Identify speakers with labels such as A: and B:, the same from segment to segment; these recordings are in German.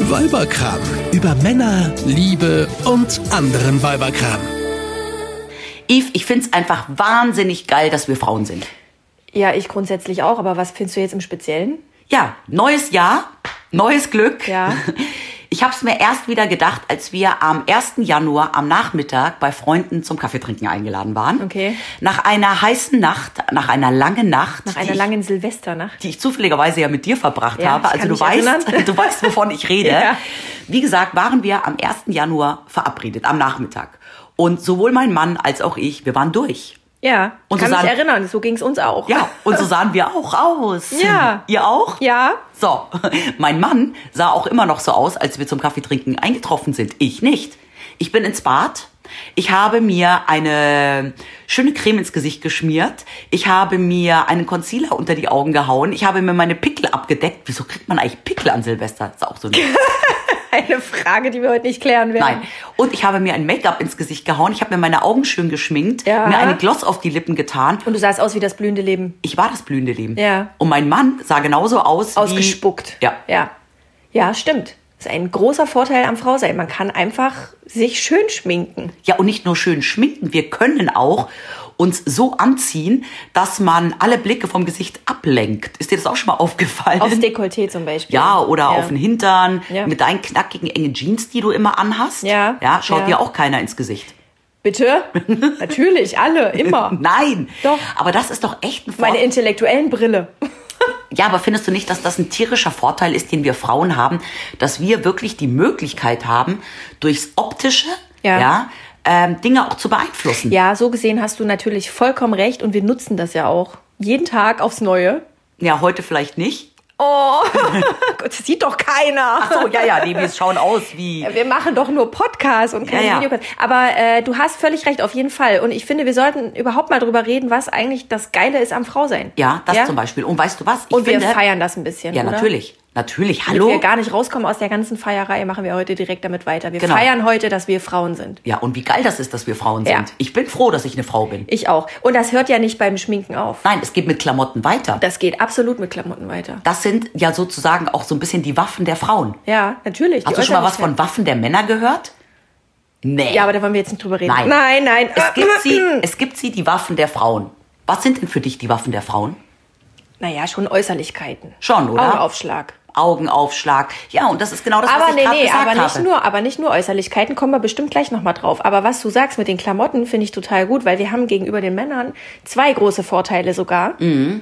A: Weiberkram. Über Männer, Liebe und anderen Weiberkram.
B: Yves, ich find's einfach wahnsinnig geil, dass wir Frauen sind.
C: Ja, ich grundsätzlich auch, aber was findest du jetzt im Speziellen?
B: Ja, neues Jahr, neues Glück.
C: Ja.
B: Ich hab's mir erst wieder gedacht, als wir am 1. Januar am Nachmittag bei Freunden zum Kaffeetrinken eingeladen waren.
C: Okay.
B: Nach einer heißen Nacht, nach einer langen Nacht.
C: Nach
B: die
C: einer
B: ich-
C: langen Silvesternacht.
B: die ich zufälligerweise ja mit dir verbracht
C: Ja,
B: habe.
C: ich
B: Also
C: kann
B: du
C: mich
B: weißt,
C: erinnern.
B: du weißt, wovon ich rede.
C: Ja.
B: Wie gesagt, waren wir am 1. Januar verabredet, am Nachmittag. Und sowohl mein Mann als auch ich, wir waren durch.
C: Ja,
B: Und
C: ich kann
B: Susanne-
C: mich erinnern, so ging's uns auch.
B: Ja, und so sahen wir auch aus.
C: Ja.
B: Ihr auch?
C: Ja.
B: So, mein Mann sah auch immer noch so aus, als wir zum Kaffeetrinken eingetroffen sind. Ich nicht. Ich bin ins Bad. Ich habe mir eine schöne Creme ins Gesicht geschmiert. Ich habe mir einen Concealer unter die Augen gehauen. Ich habe mir meine Pickel abgedeckt. Wieso kriegt man eigentlich Pickel an Silvester? Ist auch so eine
C: Eine Frage, die wir heute nicht klären werden.
B: Nein. Und ich habe mir ein Make-up ins Gesicht gehauen. Ich habe mir meine Augen schön geschminkt,
C: Ja.
B: mir eine Gloss auf die Lippen getan.
C: Und du sahst aus wie das blühende Leben.
B: Ich war das blühende Leben.
C: Ja.
B: Und mein Mann sah genauso aus
C: Ausgespuckt.
B: Wie, ja.
C: Ja. Ja, stimmt. Das ist ein großer Vorteil am Frausein. Man kann einfach sich schön schminken.
B: Ja, und nicht nur schön schminken, wir können auch uns so anziehen, dass man alle Blicke vom Gesicht ablenkt. Ist dir das auch schon mal aufgefallen?
C: Aufs Dekolleté zum Beispiel.
B: ja, oder auf den Hintern,
C: Ja.
B: mit deinen knackigen, engen Jeans, die du immer anhast.
C: Ja.
B: Ja, schaut
C: Ja.
B: dir auch keiner ins Gesicht.
C: Bitte? Natürlich, alle, immer.
B: Nein.
C: Doch.
B: Aber das ist doch echt ein
C: Meine
B: Vorteil.
C: intellektuellen Brille.
B: Ja, aber findest du nicht, dass das ein tierischer Vorteil ist, den wir Frauen haben, dass wir wirklich die Möglichkeit haben, durchs Optische ja.
C: Ja.
B: ähm, Dinge auch zu beeinflussen?
C: Ja, so gesehen hast du natürlich vollkommen recht und wir nutzen das ja auch. Jeden Tag aufs Neue.
B: ja heute vielleicht nicht.
C: Oh, Gott, das sieht doch keiner.
B: So, ja, ja, nee, wir schauen aus wie.
C: Wir machen doch nur Podcasts und keine
B: Ja, ja.
C: Videocasts. Aber äh, du hast völlig recht, auf jeden Fall. Und ich finde, wir sollten überhaupt mal drüber reden, was eigentlich das Geile ist am Frausein.
B: Ja, das zum Beispiel. Und weißt du was? Ich
C: Und wir
B: finde-
C: feiern das ein bisschen.
B: Ja,
C: oder?
B: natürlich. Natürlich.
C: Damit
B: Hallo.
C: wir gar nicht rauskommen aus der ganzen Feierei, machen wir heute direkt damit weiter. Wir
B: Genau.
C: feiern heute, dass wir Frauen sind.
B: ja, und wie geil das ist, dass wir Frauen
C: Ja.
B: sind. Ich bin froh, dass ich eine Frau bin.
C: Ich auch. Und das hört ja nicht beim Schminken auf.
B: Nein, es geht mit Klamotten weiter.
C: Das geht absolut mit Klamotten weiter.
B: Das sind ja sozusagen auch so ein bisschen die Waffen der Frauen.
C: Ja, natürlich.
B: Hast
C: Die
B: du schon mal was
C: Äußerlichkeit.
B: von Waffen der Männer gehört? Nee.
C: Ja, aber da wollen wir jetzt nicht drüber reden.
B: Nein.
C: nein. nein.
B: Es gibt sie,
C: hm.
B: es gibt sie, die Waffen der Frauen. Was sind denn für dich die Waffen der Frauen?
C: Naja, schon Äußerlichkeiten.
B: Schon, oder?
C: Augenaufschlag.
B: Augenaufschlag. Ja, und das ist genau das, was
C: aber
B: ich
C: nee,
B: gerade
C: nee,
B: gesagt
C: aber nicht
B: habe.
C: nur, aber nicht nur Äußerlichkeiten, kommen wir bestimmt gleich nochmal drauf. Aber was du sagst mit den Klamotten, finde ich total gut, weil wir haben gegenüber den Männern zwei große Vorteile sogar,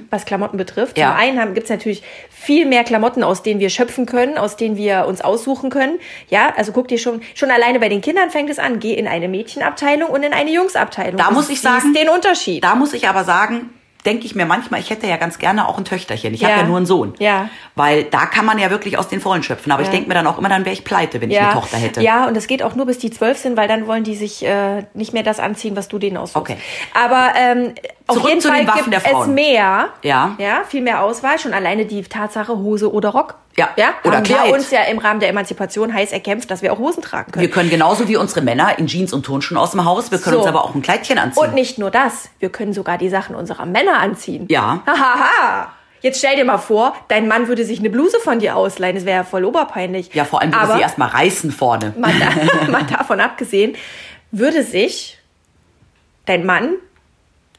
C: was Klamotten betrifft.
B: Mhm. Ja.
C: Zum einen haben- gibt's natürlich viel mehr Klamotten, aus denen wir schöpfen können, aus denen wir uns aussuchen können. Ja, also guck dir schon, schon alleine bei den Kindern fängt es an, geh in eine Mädchenabteilung und in eine Jungsabteilung.
B: Da
C: Du
B: muss ich
C: siehst
B: sagen,
C: den Unterschied.
B: Da muss ich aber sagen, denke ich mir manchmal, ich hätte ja ganz gerne auch ein Töchterchen. Ich
C: Ja.
B: habe ja nur einen Sohn.
C: Ja.
B: Weil da kann man ja wirklich aus den Vollen schöpfen. Aber ich
C: Ja.
B: denke mir dann auch immer, dann wäre ich pleite, wenn ich eine Tochter hätte.
C: Ja, und das geht auch nur bis die zwölf sind, weil dann wollen die sich äh, nicht mehr das anziehen, was du denen aussuchst.
B: Okay.
C: Aber ähm, auf
B: Zurück
C: jeden
B: zu den
C: Fall
B: Waffen
C: gibt
B: der Frauen.
C: es mehr.
B: Ja.
C: Ja, viel mehr Auswahl. Schon alleine die Tatsache Hose oder Rock.
B: Ja,
C: ja
B: oder
C: haben
B: Kleid.
C: wir uns ja im Rahmen der Emanzipation heiß erkämpft, dass wir auch Hosen tragen können.
B: Wir können genauso wie unsere Männer in Jeans und Turnschuhen aus dem Haus. Wir können
C: So.
B: uns aber auch ein Kleidchen anziehen.
C: und nicht nur das, wir können sogar die Sachen unserer Männer anziehen.
B: Ja.
C: Hahaha. Jetzt stell dir mal vor, dein Mann würde sich eine Bluse von dir ausleihen. Das wäre ja voll oberpeinlich.
B: ja, vor allem würde
C: Aber
B: sie erstmal reißen vorne.
C: mal, da, mal davon abgesehen, würde sich dein Mann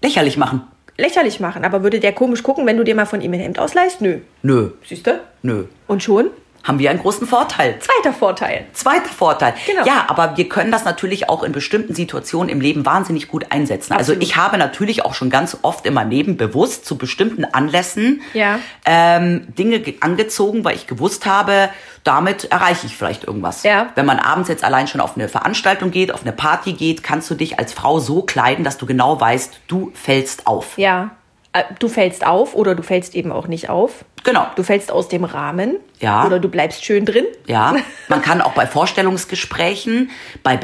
B: Lächerlich machen.
C: lächerlich machen. Aber würde der komisch gucken, wenn du dir mal von ihm ein Hemd ausleihst? Nö.
B: Nö.
C: Siehste?
B: Nö.
C: Und schon?
B: Haben wir einen großen Vorteil.
C: Zweiter Vorteil.
B: Zweiter Vorteil.
C: Genau.
B: Ja, aber wir können das natürlich auch in bestimmten Situationen im Leben wahnsinnig gut einsetzen. Also
C: Absolut.
B: ich habe natürlich auch schon ganz oft in meinem Leben bewusst zu bestimmten Anlässen
C: Ja.
B: ähm, Dinge ge- angezogen, weil ich gewusst habe, damit erreiche ich vielleicht irgendwas.
C: Ja.
B: Wenn man abends jetzt allein schon auf eine Veranstaltung geht, auf eine Party geht, kannst du dich als Frau so kleiden, dass du genau weißt, du fällst auf.
C: Ja. Äh, Du fällst auf oder du fällst eben auch nicht auf.
B: Genau.
C: Du fällst aus dem Rahmen.
B: Ja.
C: Oder du bleibst schön drin.
B: Ja, man kann auch bei Vorstellungsgesprächen, bei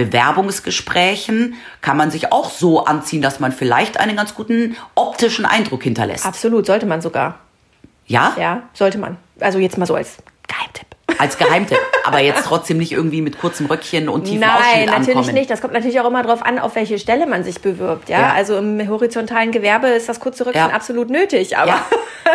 B: Bewerbungsgesprächen, kann man sich auch so anziehen, dass man vielleicht einen ganz guten optischen Eindruck hinterlässt.
C: Absolut, sollte man sogar.
B: Ja?
C: Ja, sollte man. Also jetzt mal so als Geheimtipp.
B: Als Geheimtipp. Aber jetzt trotzdem nicht irgendwie mit kurzem Röckchen und tiefem
C: Nein,
B: Ausschnitt
C: natürlich
B: ankommen.
C: nicht. Das kommt natürlich auch immer darauf an, auf welche Stelle man sich bewirbt. Ja,
B: Ja.
C: also im horizontalen Gewerbe ist das kurze Rücken
B: Ja.
C: absolut nötig. Aber
B: Ja.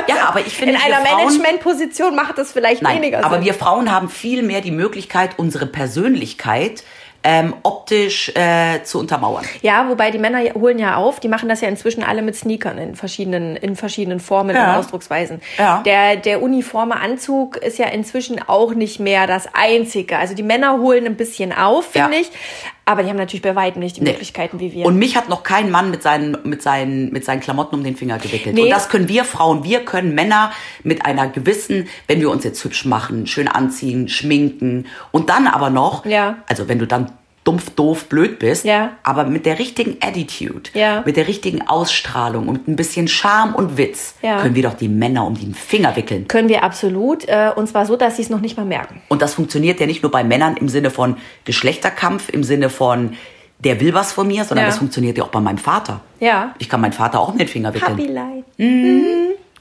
B: ja, aber ich finde,
C: in
B: wir
C: einer
B: Frauen,
C: Managementposition macht das vielleicht
B: Nein,
C: weniger
B: aber
C: Sinn.
B: wir Frauen haben viel mehr die Möglichkeit, unsere Persönlichkeit ähm, optisch äh, zu untermauern.
C: ja, wobei die Männer ja- holen ja auf. Die machen das ja inzwischen alle mit Sneakern in verschiedenen in verschiedenen Formen
B: Ja.
C: und Ausdrucksweisen.
B: Ja.
C: Der der uniforme Anzug ist ja inzwischen auch nicht mehr das Einzige. Also die Männer holen ein bisschen auf, finde
B: Ja.
C: ich. Aber die haben natürlich bei weitem nicht die
B: Nee.
C: Möglichkeiten wie wir.
B: Und mich hat noch kein Mann mit seinen, mit seinen, mit seinen Klamotten um den Finger gewickelt.
C: Nee.
B: Und das können wir Frauen, wir können Männer mit einer gewissen, wenn wir uns jetzt hübsch machen, schön anziehen, schminken und dann aber noch,
C: Ja.
B: also wenn du dann dumpf, doof, blöd bist,
C: Ja.
B: aber mit der richtigen Attitude,
C: Ja.
B: mit der richtigen Ausstrahlung und ein bisschen Charme und Witz,
C: Ja.
B: können wir doch die Männer um den Finger wickeln.
C: können wir absolut. Äh, und zwar so, dass sie es noch nicht mal merken.
B: Und das funktioniert ja nicht nur bei Männern im Sinne von Geschlechterkampf, im Sinne von der will was von mir, sondern
C: Ja.
B: das funktioniert ja auch bei meinem Vater.
C: Ja.
B: Ich kann meinen Vater auch mit den Finger wickeln.
C: Habilei.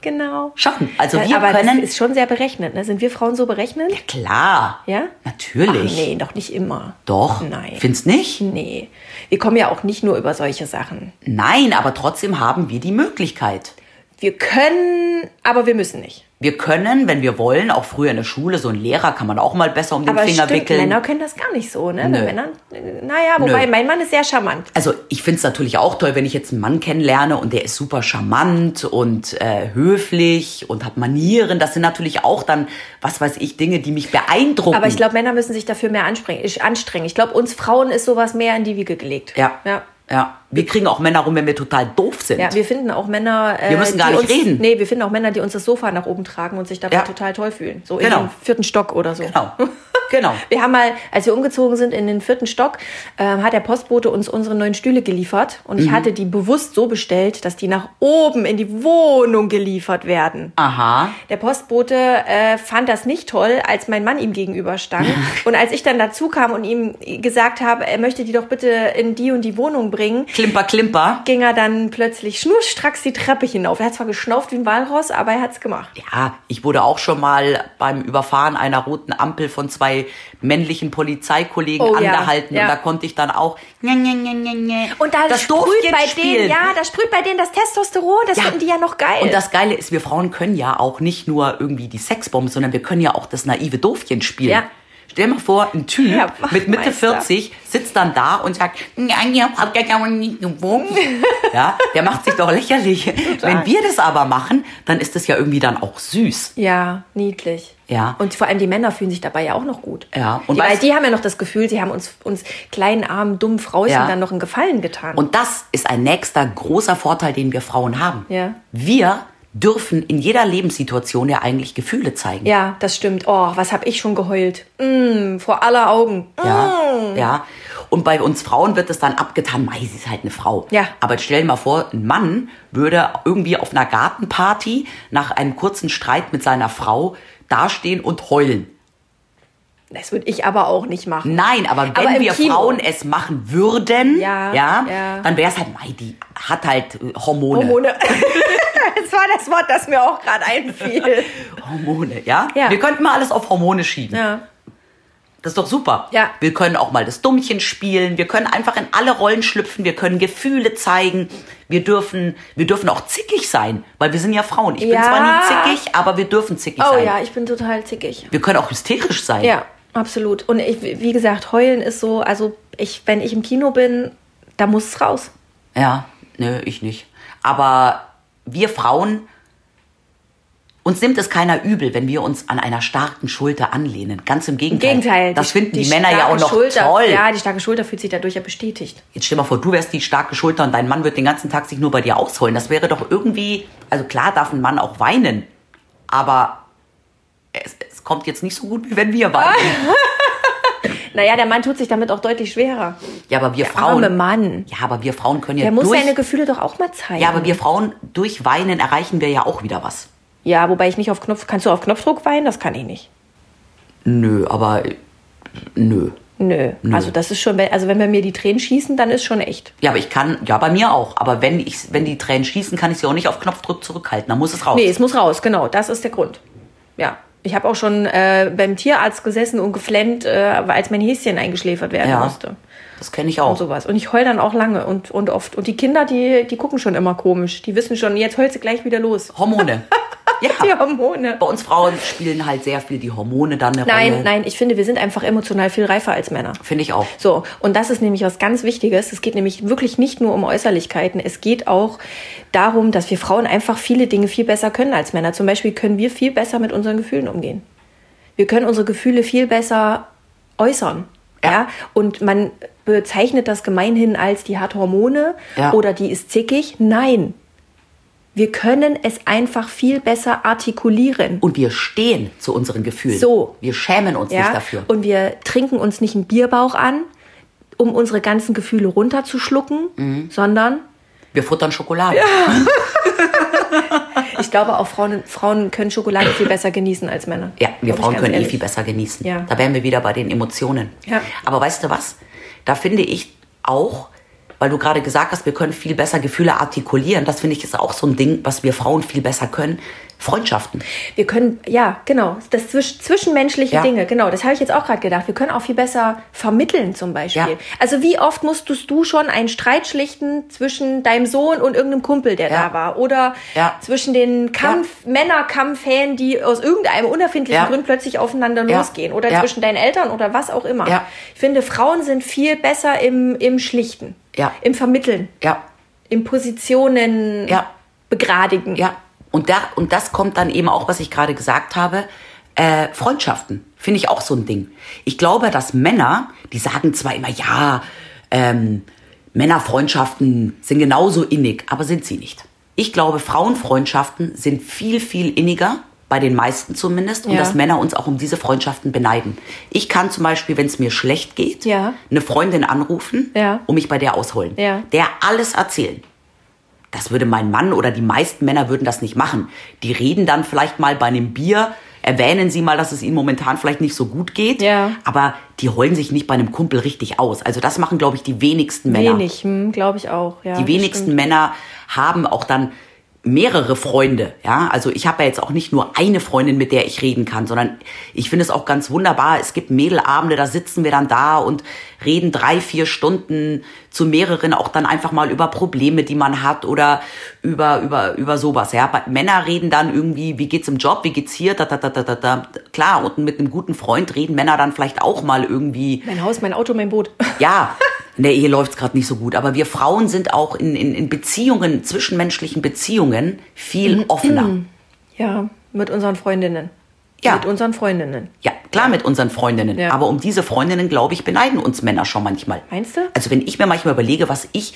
C: Genau.
B: Schaffen. Also wir
C: aber
B: können-
C: Das ist schon sehr berechnet, ne? Sind wir Frauen so berechnet?
B: Klar.
C: Ja?
B: Natürlich.
C: Ach, nee, doch nicht immer.
B: Doch.
C: Nein.
B: Findest nicht?
C: Nee. Wir kommen ja auch nicht nur über solche Sachen.
B: Nein, aber trotzdem haben wir die Möglichkeit.
C: Wir können, aber wir müssen nicht.
B: Wir können, wenn wir wollen, auch früher in der Schule, so ein Lehrer kann man auch mal besser um den
C: aber
B: Finger
C: stimmt,
B: wickeln.
C: Männer können das gar nicht so, ne?
B: Nö.
C: Männer, äh, naja, wobei
B: Nö.
C: mein Mann ist sehr charmant.
B: also ich finde es natürlich auch toll, wenn ich jetzt einen Mann kennenlerne und der ist super charmant und äh, höflich und hat Manieren. Das sind natürlich auch dann, was weiß ich, Dinge, die mich beeindrucken.
C: Aber ich glaube, Männer müssen sich dafür mehr anstrengen. Ich, anstrengen. ich glaube, uns Frauen ist sowas mehr in die Wiege gelegt.
B: ja,
C: Ja.
B: ja, Wir kriegen auch Männer rum, wenn wir total doof sind.
C: Ja, wir finden auch Männer. Äh,
B: Wir müssen gar
C: die
B: nicht
C: uns,
B: reden.
C: Nee, wir finden auch Männer, die uns das Sofa nach oben tragen und sich dabei
B: Ja.
C: total toll fühlen. So
B: Genau.
C: in den vierten Stock oder so.
B: Genau. Genau.
C: Wir haben mal, als wir umgezogen sind in den vierten Stock, ähm, hat der Postbote uns unsere neuen Stühle geliefert. Und
B: Mhm.
C: ich hatte die bewusst so bestellt, dass die nach oben in die Wohnung geliefert werden.
B: Aha.
C: Der Postbote äh, fand das nicht toll, als mein Mann ihm gegenüber stand. Und als ich dann dazu kam und ihm gesagt habe, er möchte die doch bitte in die und die Wohnung bringen,
B: Klimper, klimper.
C: ging er dann plötzlich schnurstracks die Treppe hinauf. Er hat zwar geschnauft wie ein Walross, aber er hat's gemacht.
B: Ja, ich wurde auch schon mal beim Überfahren einer roten Ampel von zwei männlichen Polizeikollegen
C: Oh ja,
B: angehalten
C: ja.
B: und da konnte ich dann auch nye, nye, nye, nye, nye,
C: Und da
B: das
C: sprüht
B: Doofkind
C: bei
B: spielen.
C: denen, ja, da sprüht bei denen das Testosteron, das
B: Ja.
C: finden die ja noch geil.
B: Und das Geile ist, wir Frauen können ja auch nicht nur irgendwie die Sexbombe, sondern wir können ja auch das naive Doofchen spielen.
C: Ja.
B: Stell dir mal vor, ein Typ
C: Ja,
B: mit Mitte
C: Wachtmeister.
B: 40 sitzt dann da und sagt, "Nein, ihr habt ja gar nicht gewonnen." ja, der macht sich doch lächerlich. Wenn wir das aber machen, dann ist das ja irgendwie dann auch süß.
C: ja, niedlich.
B: Ja.
C: Und vor allem die Männer fühlen sich dabei ja auch noch gut.
B: Ja,
C: Und
B: und
C: die, weil
B: weißt-
C: die haben ja noch das Gefühl, sie haben uns, uns kleinen, armen, dummen Frauchen
B: Ja.
C: dann noch einen Gefallen getan.
B: Und das ist ein nächster großer Vorteil, den wir Frauen haben.
C: Ja.
B: Wir dürfen in jeder Lebenssituation ja eigentlich Gefühle zeigen.
C: ja, das stimmt. Oh, was hab ich schon geheult. Mm, vor aller Augen. Mm.
B: Ja, ja. Und bei uns Frauen wird es dann abgetan, mei, sie ist halt eine Frau.
C: Ja.
B: Aber stell dir mal vor, ein Mann würde irgendwie auf einer Gartenparty nach einem kurzen Streit mit seiner Frau dastehen und heulen.
C: Das würde ich aber auch nicht machen.
B: Nein, aber wenn
C: Aber im
B: wir
C: Kino.
B: Frauen es machen würden,
C: Ja,
B: ja,
C: ja.
B: dann wäre es halt, mei, die hat halt äh, Hormone.
C: Hormone. das war das Wort, das mir auch gerade einfiel.
B: Hormone, ja?
C: Ja.
B: Wir könnten mal alles auf Hormone schieben.
C: Ja.
B: Das ist doch super.
C: Ja.
B: Wir können auch mal das Dummchen spielen. Wir können einfach in alle Rollen schlüpfen. Wir können Gefühle zeigen. Wir dürfen, wir dürfen auch zickig sein, weil wir sind ja Frauen. Ich
C: Ja.
B: bin zwar nie zickig, aber wir dürfen zickig
C: Oh
B: sein.
C: ja, ich bin total zickig.
B: Wir können auch hysterisch sein.
C: Ja, absolut. Und ich, wie gesagt, heulen ist so, also ich, wenn ich im Kino bin, da muss es raus.
B: Ja, nö, ich nicht. Aber wir Frauen, uns nimmt es keiner übel, wenn wir uns an einer starken Schulter anlehnen. Ganz im
C: Im
B: Gegenteil.
C: Gegenteil.
B: Das finden die, Männer ja
C: starke
B: auch noch
C: Schulter,
B: toll.
C: Ja, die starke Schulter fühlt sich dadurch ja bestätigt.
B: Jetzt stell mal vor, du wärst die starke Schulter und dein Mann wird den ganzen Tag sich nur bei dir ausholen. Das wäre doch irgendwie, also klar darf ein Mann auch weinen, aber es, es kommt jetzt nicht so gut, wie wenn wir weinen.
C: Naja, der Mann tut sich damit auch deutlich schwerer.
B: Ja, aber wir
C: Ah. Arme
B: Frauen.
C: Mann.
B: Ja, aber wir Frauen können ja
C: Der muss
B: durch.
C: seine Gefühle doch auch mal zeigen.
B: ja, aber wir Frauen durch Weinen erreichen wir ja auch wieder was.
C: ja, wobei ich nicht auf Knopf. Kannst du auf Knopfdruck weinen? Das kann ich nicht.
B: Nö, aber äh, nö.
C: Nö. Also das ist schon, wenn- also wenn bei mir die Tränen schießen, dann ist schon echt.
B: Ja, aber ich kann, ja, bei mir auch. Aber wenn ich, wenn die Tränen schießen, kann ich sie auch nicht auf Knopfdruck zurückhalten. Dann muss es raus.
C: Nee, es muss raus, genau. Das ist der Grund. Ja. Ich habe auch schon äh, beim Tierarzt gesessen und geflennt, äh, als mein Häschen eingeschläfert werden
B: Ja.
C: musste.
B: Das kenne ich
C: Und
B: auch.
C: sowas. Und ich heul dann auch lange und, und oft. Und die Kinder, die, die gucken schon immer komisch. Die wissen schon, jetzt heult sie gleich wieder los.
B: Hormone.
C: Die
B: Ja.
C: Hormone.
B: Bei uns Frauen spielen halt sehr viel die Hormone dann eine Rolle.
C: Nein, nein, ich finde, wir sind einfach emotional viel reifer als Männer.
B: Finde ich auch.
C: So, und das ist nämlich was ganz Wichtiges. Es geht nämlich wirklich nicht nur um Äußerlichkeiten. Es geht auch darum, dass wir Frauen einfach viele Dinge viel besser können als Männer. Zum Beispiel können wir viel besser mit unseren Gefühlen umgehen. Wir können unsere Gefühle viel besser äußern. Ja. Und man bezeichnet das gemeinhin als, die hat Hormone
B: Ja.
C: oder die ist zickig. Nein. Wir können es einfach viel besser artikulieren.
B: Und wir stehen zu unseren Gefühlen.
C: So.
B: Wir schämen uns nicht dafür.
C: Und wir trinken uns nicht einen Bierbauch an, um unsere ganzen Gefühle runterzuschlucken,
B: Mhm.
C: sondern
B: wir futtern Schokolade.
C: ich glaube, auch Frauen, Frauen können Schokolade viel besser genießen als Männer.
B: Ja, wir
C: Glaub ich
B: Frauen
C: ganz
B: können eh
C: ehrlich.
B: viel besser genießen.
C: Ja.
B: Da wären wir wieder bei den Emotionen.
C: Ja.
B: Aber weißt du was? Da finde ich auch, weil du gerade gesagt hast, wir können viel besser Gefühle artikulieren. Das finde ich ist auch so ein Ding, was wir Frauen viel besser können. Freundschaften.
C: Wir können, ja, genau, das zwisch, zwischenmenschliche
B: Ja.
C: Dinge, genau, das habe ich jetzt auch gerade gedacht. Wir können auch viel besser vermitteln zum Beispiel.
B: Ja.
C: Also wie oft musstest du schon einen Streit schlichten zwischen deinem Sohn und irgendeinem Kumpel, der
B: Ja.
C: da war? Oder
B: Ja.
C: zwischen den Kampf, Männerkampf-Fan, die aus irgendeinem unerfindlichen
B: Ja.
C: Grund plötzlich aufeinander
B: Ja.
C: losgehen. Oder
B: Ja.
C: zwischen deinen Eltern oder was auch immer.
B: Ja.
C: Ich finde, Frauen sind viel besser im, im Schlichten,
B: Ja.
C: im Vermitteln,
B: Ja.
C: im Positionen
B: Ja.
C: begradigen.
B: Ja. Und, da, und das kommt dann eben auch, was ich gerade gesagt habe. Äh, Freundschaften finde ich auch so ein Ding. Ich glaube, dass Männer, die sagen zwar immer, ja, ähm, Männerfreundschaften sind genauso innig, aber sind sie nicht. Ich glaube, Frauenfreundschaften sind viel, viel inniger, bei den meisten zumindest, und
C: Ja.
B: dass Männer uns auch um diese Freundschaften beneiden. Ich kann zum Beispiel, wenn es mir schlecht geht,
C: Ja.
B: eine Freundin anrufen
C: Ja.
B: und mich bei der ausholen,
C: Ja.
B: der alles erzählen. Das würde mein Mann oder die meisten Männer würden das nicht machen. Die reden dann vielleicht mal bei einem Bier, erwähnen sie mal, dass es ihnen momentan vielleicht nicht so gut geht.
C: Ja.
B: Aber die heulen sich nicht bei einem Kumpel richtig aus. Also das machen, glaube ich, die wenigsten Männer.
C: Wenig, hm, glaube ich auch. Ja,
B: Die wenigsten Männer haben auch dann mehrere Freunde, ja. Also ich habe ja jetzt auch nicht nur eine Freundin, mit der ich reden kann, sondern ich finde es auch ganz wunderbar. Es gibt Mädelabende, da sitzen wir dann da und reden drei, vier Stunden zu mehreren auch dann einfach mal über Probleme, die man hat oder über über über sowas. Ja, Bei Männer reden dann irgendwie, wie geht's im Job, wie geht's hier, da da da da da. da. Klar und mit einem guten Freund reden Männer dann vielleicht auch mal irgendwie
C: Mein Haus, mein Auto, mein Boot.
B: ja, in der Ehe läuft's grad gerade nicht so gut, aber wir Frauen sind auch in, in, in Beziehungen, zwischenmenschlichen Beziehungen
C: Mhm.
B: viel offener.
C: Ja, mit unseren Freundinnen.
B: Ja.
C: Mit unseren Freundinnen.
B: Ja, klar mit unseren Freundinnen,
C: Ja.
B: aber um diese Freundinnen, glaube ich, beneiden uns Männer schon manchmal.
C: Meinst du?
B: Also wenn ich mir manchmal überlege, was ich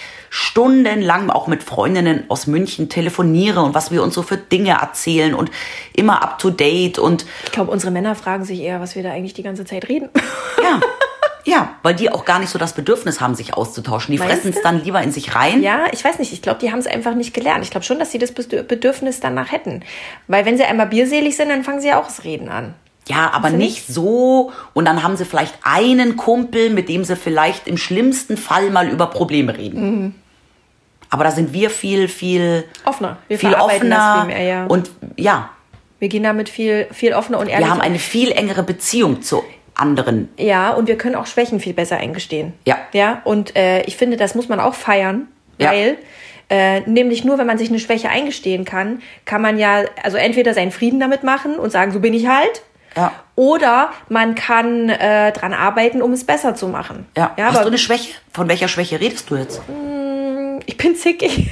B: stundenlang auch mit Freundinnen aus München telefoniere und was wir uns so für Dinge erzählen und immer up-to-date und
C: Ich glaube, unsere Männer fragen sich eher, was wir da eigentlich die ganze Zeit reden.
B: ja, ja, weil die auch gar nicht so das Bedürfnis haben, sich auszutauschen. Die
C: Meinst
B: fressen's
C: du?
B: dann lieber in sich rein.
C: ja, ich weiß nicht. Ich glaube, die haben es einfach nicht gelernt. Ich glaube schon, dass sie das Bedür- Bedürfnis danach hätten. Weil wenn sie einmal bierselig sind, dann fangen sie ja auch das Reden an.
B: Ja, aber nicht so. Und dann haben sie vielleicht einen Kumpel, mit dem sie vielleicht im schlimmsten Fall mal über Probleme reden.
C: Mhm.
B: Aber da sind wir viel, viel
C: Offener. Wir
B: viel
C: verarbeiten
B: offener.
C: das viel mehr, ja.
B: Und ja,
C: wir gehen damit viel, viel offener und ehrlicher.
B: wir haben eine viel engere Beziehung zu anderen.
C: Ja, und wir können auch Schwächen viel besser eingestehen.
B: Ja.
C: Ja, und äh, ich finde, das muss man auch feiern,
B: Ja.
C: weil äh, nämlich nur, wenn man sich eine Schwäche eingestehen kann, kann man ja, also entweder seinen Frieden damit machen und sagen, so bin ich halt.
B: Ja.
C: Oder man kann äh, dran arbeiten, um es besser zu machen.
B: Ja.
C: ja
B: Hast du
C: aber
B: eine Schwäche? Von welcher Schwäche redest du jetzt?
C: ich bin zickig.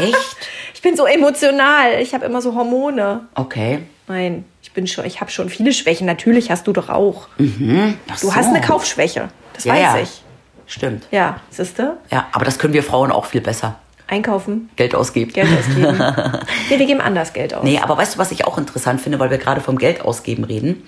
B: Echt?
C: ich bin so emotional. Ich habe immer so Hormone.
B: Okay.
C: Nein, ich bin schon, ich habe schon viele Schwächen. Natürlich hast du doch auch.
B: Hm. Ach
C: Du
B: so.
C: hast eine Kaufschwäche. Das
B: Ja,
C: weiß
B: ja.
C: ich.
B: Stimmt.
C: Ja, siehste?
B: Ja, aber das können wir Frauen auch viel besser.
C: Einkaufen.
B: Geld ausgeben.
C: Geld ausgeben. nee, wir geben anders Geld aus.
B: Nee, aber weißt du, was ich auch interessant finde, weil wir gerade vom Geld ausgeben reden?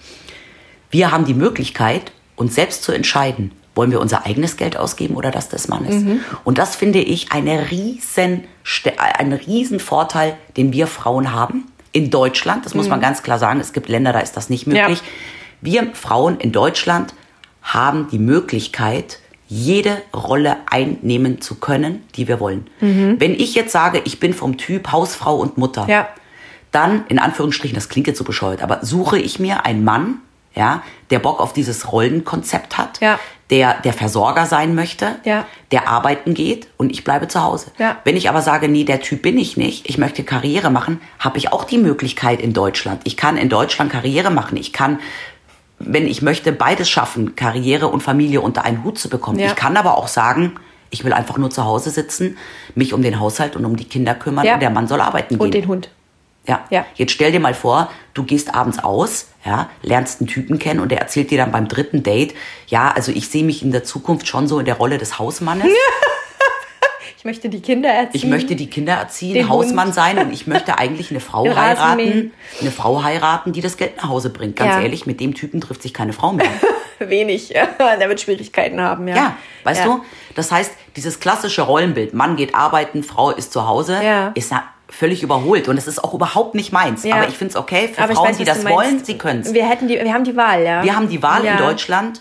B: Wir haben die Möglichkeit, uns selbst zu entscheiden, wollen wir unser eigenes Geld ausgeben oder das des Mannes.
C: Mhm.
B: Und das finde ich eine riesen, Ste- einen riesen Vorteil, den wir Frauen haben in Deutschland. Das muss man ganz klar sagen. Es gibt Länder, da ist das nicht möglich.
C: Mhm. Ja.
B: Wir Frauen in Deutschland haben die Möglichkeit, jede Rolle einnehmen zu können, die wir wollen. Wenn ich jetzt sage, ich bin vom Typ Hausfrau und Mutter,
C: Mhm. Ja.
B: dann, in Anführungsstrichen, das klingt jetzt so bescheuert, aber suche ich mir einen Mann, ja, der Bock auf dieses Rollenkonzept hat,
C: Ja.
B: der der Versorger sein möchte,
C: Ja.
B: der arbeiten geht und ich bleibe zu Hause.
C: Ja.
B: Wenn ich aber sage, nee, der Typ bin ich nicht, ich möchte Karriere machen, habe ich auch die Möglichkeit in Deutschland. Ich kann in Deutschland Karriere machen. Ich kann, wenn ich möchte, beides schaffen, Karriere und Familie unter einen Hut zu bekommen.
C: Ja.
B: Ich kann aber auch sagen, ich will einfach nur zu Hause sitzen, mich um den Haushalt und um die Kinder kümmern
C: Ja.
B: und der Mann soll arbeiten gehen.
C: Und den Hund.
B: Ja.
C: Ja.
B: Jetzt stell dir mal vor, du gehst abends aus, ja, lernst einen Typen kennen und der erzählt dir dann beim dritten Date, ja, also ich sehe mich in der Zukunft schon so in der Rolle des Hausmannes.
C: Ich möchte die Kinder erziehen.
B: Ich möchte die Kinder erziehen,
C: Den
B: Hausmann
C: Hund.
B: sein und ich möchte eigentlich eine Frau
C: Den Rasen
B: heiraten,
C: mähen.
B: eine Frau heiraten, die das Geld nach Hause bringt. Ganz
C: Ja.
B: ehrlich, mit dem Typen trifft sich keine Frau mehr.
C: Wenig. der wird Schwierigkeiten haben, ja.
B: Ja, weißt
C: Ja.
B: du? Das heißt, dieses klassische Rollenbild, Mann geht arbeiten, Frau ist zu Hause,
C: Ja.
B: ist na- völlig überholt und es ist auch überhaupt nicht meins.
C: Ja.
B: Aber ich finde es okay für
C: Aber ich
B: Frauen,
C: weiß,
B: die
C: was
B: das
C: du meinst.
B: wollen, sie können es.
C: Wir, hätten die, wir haben die Wahl, ja.
B: Wir haben die Wahl
C: Ja.
B: in Deutschland.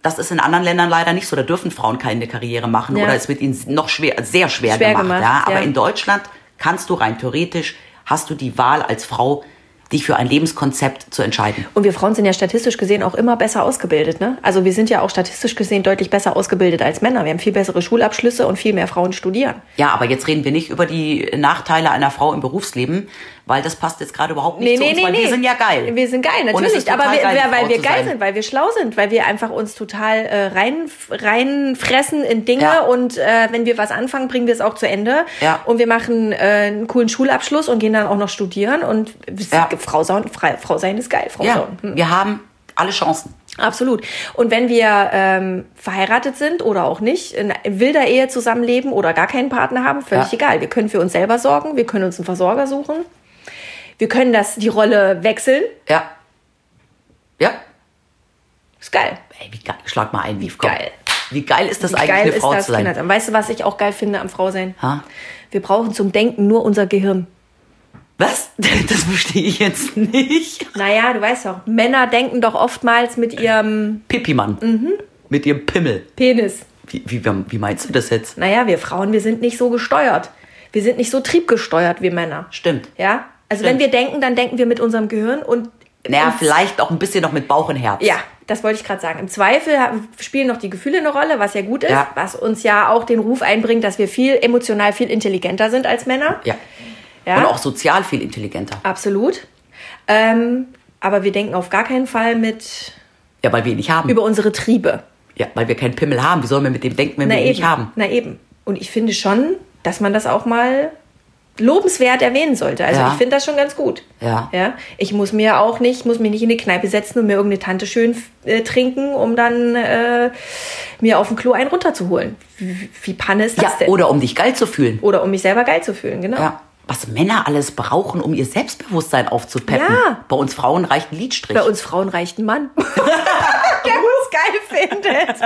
B: Das ist in anderen Ländern leider nicht so. Da dürfen Frauen keine Karriere machen
C: Ja.
B: oder es wird ihnen noch schwer, sehr schwer,
C: Schwer
B: gemacht.
C: gemacht,
B: ja. Aber
C: ja.
B: in Deutschland kannst du rein theoretisch, hast du die Wahl als Frau, dich für ein Lebenskonzept zu entscheiden.
C: Und wir Frauen sind ja statistisch gesehen auch immer besser ausgebildet, ne? Also wir sind ja auch statistisch gesehen deutlich besser ausgebildet als Männer. Wir haben viel bessere Schulabschlüsse und viel mehr Frauen studieren.
B: Ja, aber jetzt reden wir nicht über die Nachteile einer Frau im Berufsleben, weil das passt jetzt gerade überhaupt nicht zu uns, weil wir sind ja geil.
C: Wir sind geil,
B: Und es
C: natürlich.
B: ist
C: Aber
B: total
C: wir,
B: geil,
C: wer- weil
B: Frau
C: wir
B: zu
C: geil
B: sein.
C: sind, weil wir schlau sind, weil wir einfach uns total äh, rein, reinfressen in Dinge
B: Ja.
C: und äh, wenn wir was anfangen, bringen wir es auch zu Ende.
B: Ja.
C: Und wir machen äh, einen coolen Schulabschluss und gehen dann auch noch studieren und
B: Ja.
C: Frau, sein, frei, Frau sein ist geil, Frau
B: Ja,
C: sein.
B: wir haben alle Chancen.
C: Absolut. Und wenn wir ähm, verheiratet sind oder auch nicht, in wilder Ehe zusammenleben oder gar keinen Partner haben, völlig
B: Ja.
C: egal. Wir können für uns selber sorgen, wir können uns einen Versorger suchen, wir können das, die Rolle wechseln.
B: Ja. Ja.
C: Ist geil.
B: Ey, wie geil. Schlag mal ein, wie
C: geil.
B: Wie geil ist das
C: Wie
B: eigentlich,
C: geil
B: eine Frau
C: ist das,
B: zu sein?
C: Kinder? Weißt du, was ich auch geil finde am Frausein?
B: Ha?
C: Wir brauchen zum Denken nur unser Gehirn.
B: Was? Das verstehe ich jetzt nicht.
C: Naja, du weißt doch, Männer denken doch oftmals mit ihrem
B: Pipi-Mann.
C: Mhm.
B: Mit ihrem Pimmel.
C: Penis.
B: Wie, wie, wie meinst du das jetzt?
C: Naja, wir Frauen, wir sind nicht so gesteuert. Wir sind nicht so triebgesteuert wie Männer.
B: Stimmt.
C: Ja? Also
B: Stimmt.
C: wenn wir denken, dann denken wir mit unserem Gehirn und
B: Naja,
C: und-
B: vielleicht auch ein bisschen noch mit Bauch und Herz.
C: Äh, Ja, das wollte ich gerade sagen. Im Zweifel ha- spielen noch die Gefühle eine Rolle, was ja gut ist,
B: Ja.
C: was uns ja auch den Ruf einbringt, dass wir viel emotional viel intelligenter sind als Männer.
B: ja.
C: Ja.
B: Und auch sozial viel intelligenter.
C: Absolut. Ähm, aber wir denken auf gar keinen Fall mit
B: Ja, weil wir ihn nicht haben.
C: über unsere Triebe.
B: ja, weil wir keinen Pimmel haben. Wie sollen wir mit dem denken, wenn wir ihn nicht haben?
C: Na eben. Und ich finde schon, dass man das auch mal lobenswert erwähnen sollte. Also
B: Ja.
C: ich finde das schon ganz gut.
B: Ja.
C: ja. Ich muss mir auch nicht, muss mich nicht in die Kneipe setzen und mir irgendeine Tante schön äh, trinken, um dann äh, mir auf dem Klo einen runterzuholen. Wie, wie Panne ist das
B: Ja,
C: denn?
B: oder um dich geil zu fühlen.
C: Oder um mich selber geil zu fühlen, genau.
B: Ja. Was Männer alles brauchen, um ihr Selbstbewusstsein aufzupeppen.
C: Ja.
B: Bei uns Frauen reicht ein Liedstrich.
C: Bei uns Frauen reicht ein Mann. Der uns geil findet.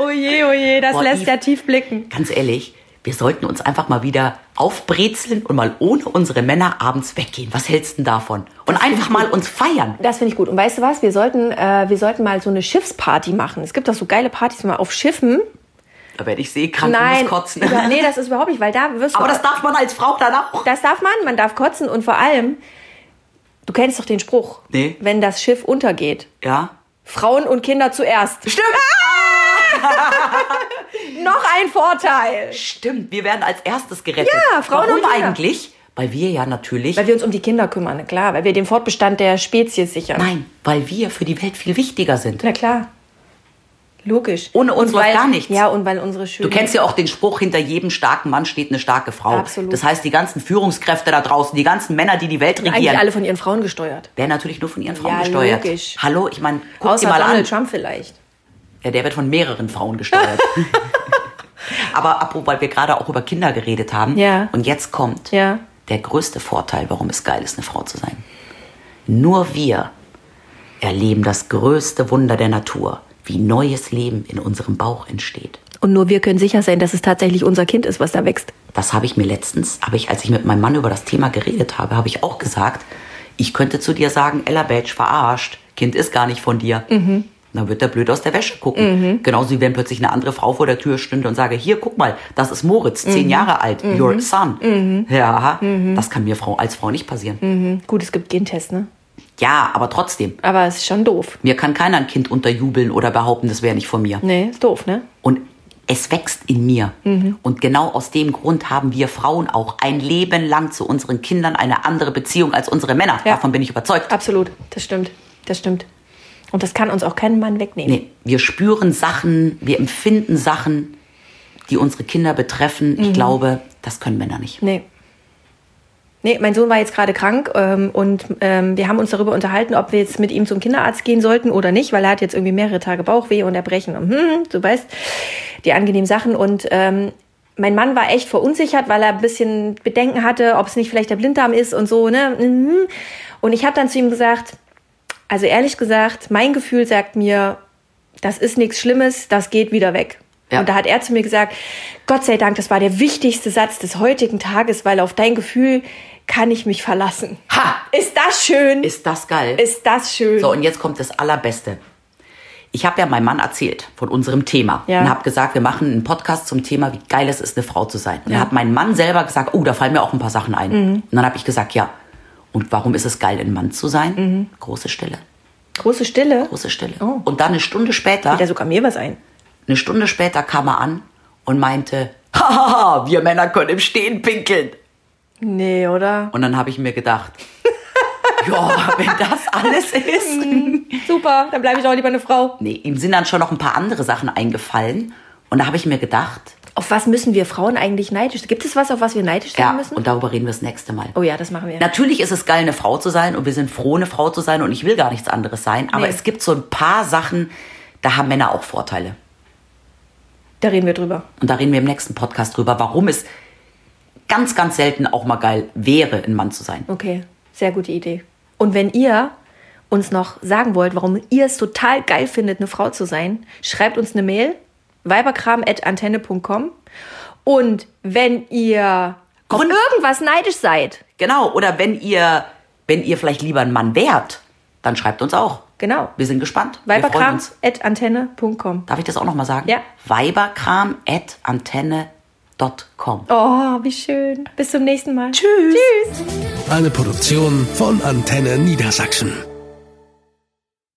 C: oh je, oh je, das
B: Boah,
C: lässt
B: Eve.
C: ja tief blicken.
B: Ganz ehrlich, wir sollten uns einfach mal wieder aufbrezeln und mal ohne unsere Männer abends weggehen. Was hältst du denn davon? Und einfach mal uns feiern.
C: Das finde ich gut. Und weißt du was? Wir sollten, äh, wir sollten mal so eine Schiffsparty machen. Es gibt doch so geile Partys mal auf Schiffen.
B: Da werde ich seekrank und
C: Nein,
B: muss kotzen.
C: über- nee, das ist überhaupt nicht, weil da wirst du.
B: Aber das darf man als Frau dann auch.
C: das darf man. Man darf kotzen und vor allem, du kennst doch den Spruch,
B: Nee.
C: wenn das Schiff untergeht,
B: Ja. Ah!
C: Frauen und Kinder zuerst.
B: Stimmt.
C: Noch ein Vorteil.
B: Stimmt, wir werden als erstes gerettet.
C: Ja, Frauen
B: Warum
C: und Männer.
B: eigentlich? Weil wir ja natürlich.
C: Weil wir uns um die Kinder kümmern, na klar, weil wir den Fortbestand der Spezies sichern.
B: nein, weil wir für die Welt viel wichtiger sind.
C: Na klar. Logisch.
B: Ohne uns
C: Und weil-
B: läuft gar nichts.
C: Ja, und weil unsere Schüler.
B: Du kennst ja auch den Spruch, hinter jedem starken Mann steht eine starke Frau.
C: Absolut.
B: Das heißt, die ganzen Führungskräfte da draußen, die ganzen Männer, die die Welt
C: eigentlich
B: regieren,
C: alle von ihren Frauen gesteuert.
B: werden natürlich nur von ihren Frauen
C: Ja,
B: gesteuert.
C: logisch.
B: Hallo, ich meine, guck
C: Außer
B: dir mal
C: Donald
B: an.
C: Trump vielleicht.
B: Ja, der wird von mehreren Frauen gesteuert. Aber apropos, weil wir gerade auch über Kinder geredet haben.
C: Ja.
B: Und jetzt kommt
C: Ja.
B: der größte Vorteil, warum es geil ist, eine Frau zu sein. Nur wir erleben das größte Wunder der Natur, wie neues Leben in unserem Bauch entsteht.
C: Und nur wir können sicher sein, dass es tatsächlich unser Kind ist, was da wächst.
B: Das habe ich mir letztens, habe ich, als ich mit meinem Mann über das Thema geredet habe, habe ich auch gesagt, ich könnte zu dir sagen, Ella Badge, verarscht, Kind ist gar nicht von dir. Dann wird der blöd aus der Wäsche gucken. Genauso wie wenn plötzlich eine andere Frau vor der Tür stünde und sage, hier, guck mal, das ist Moritz, zehn Jahre alt, your son. Ja, das kann mir Frau als Frau nicht passieren.
C: Hm, Gut, es gibt Gentests, ne?
B: Ja, aber trotzdem,
C: Aber es ist schon doof.
B: mir kann keiner ein Kind unterjubeln oder behaupten, das wäre nicht von mir.
C: Nee, ist doof, ne?
B: Und es wächst in mir.
C: Mhm.
B: Und genau aus dem Grund haben wir Frauen auch ein Leben lang zu unseren Kindern eine andere Beziehung als unsere Männer.
C: Ja.
B: Davon bin ich überzeugt.
C: Absolut, das stimmt. Das stimmt. Und das kann uns auch kein Mann wegnehmen.
B: Nee, wir spüren Sachen, wir empfinden Sachen, die unsere Kinder betreffen.
C: Mhm.
B: Ich glaube, das können Männer nicht.
C: Nee. Nee, mein Sohn war jetzt gerade krank ähm, und ähm, wir haben uns darüber unterhalten, ob wir jetzt mit ihm zum Kinderarzt gehen sollten oder nicht, weil er hat jetzt irgendwie mehrere Tage Bauchweh und Erbrechen und hm, du weißt, die angenehmen Sachen. Und ähm, mein Mann war echt verunsichert, weil er ein bisschen Bedenken hatte, ob es nicht vielleicht der Blinddarm ist und so, ne? Mhm. Und ich habe dann zu ihm gesagt, also ehrlich gesagt, mein Gefühl sagt mir, das ist nichts Schlimmes, das geht wieder weg.
B: Ja.
C: Und da hat er zu mir gesagt, Gott sei Dank, das war der wichtigste Satz des heutigen Tages, weil auf dein Gefühl kann ich mich verlassen.
B: Ha!
C: Ist das schön?
B: Ist das geil?
C: Ist das schön?
B: So, und jetzt kommt das Allerbeste. Ich habe ja meinem Mann erzählt von unserem Thema
C: Ja.
B: und habe gesagt, wir machen einen Podcast zum Thema, wie geil es ist, eine Frau zu sein. Und dann hat mein Mann selber gesagt, oh, da fallen mir auch ein paar Sachen ein.
C: Mhm.
B: Und dann habe ich gesagt, ja. Und warum ist es geil, ein Mann zu sein? Große Stille,
C: Große Stille.
B: große Stille.
C: Mhm. Oh.
B: Und dann eine Stunde später,
C: Da sogar mir was ein.
B: eine Stunde später kam er an und meinte, haha, wir Männer können im Stehen pinkeln.
C: Nee, oder?
B: Und dann habe ich mir gedacht, ja, wenn das alles ist.
C: Mhm. Super, dann bleibe ich auch lieber eine Frau.
B: Nee, ihm sind dann schon noch ein paar andere Sachen eingefallen. Und da habe ich mir gedacht,
C: Auf was müssen wir Frauen eigentlich neidisch? Gibt es was, auf was wir neidisch sein
B: ja,
C: müssen?
B: und darüber reden wir das nächste Mal.
C: oh ja, das machen wir.
B: Natürlich ist es geil, eine Frau zu sein und wir sind froh, eine Frau zu sein und ich will gar nichts anderes sein. Aber
C: Nee.
B: es gibt so ein paar Sachen, da haben Männer auch Vorteile.
C: Da reden wir drüber.
B: Und da reden wir im nächsten Podcast drüber, warum es ganz, ganz selten auch mal geil wäre, ein Mann zu sein.
C: Okay, sehr gute Idee. Und wenn ihr uns noch sagen wollt, warum ihr es total geil findet, eine Frau zu sein, schreibt uns eine Mail, weiberkram.antenne.com. Und wenn ihr auf
B: Grund-
C: irgendwas neidisch seid,
B: Genau, oder wenn ihr, wenn ihr vielleicht lieber ein Mann wärt, dann schreibt uns auch.
C: genau,
B: Wir sind gespannt. Wir freuen uns.
C: weiberkram.antenne.com.
B: Darf ich das auch nochmal sagen?
C: Ja.
B: Weiberkram.antenne.com.
C: Oh, wie schön. Bis zum nächsten Mal.
B: Tschüss.
C: Tschüss.
A: Eine Produktion von Antenne Niedersachsen.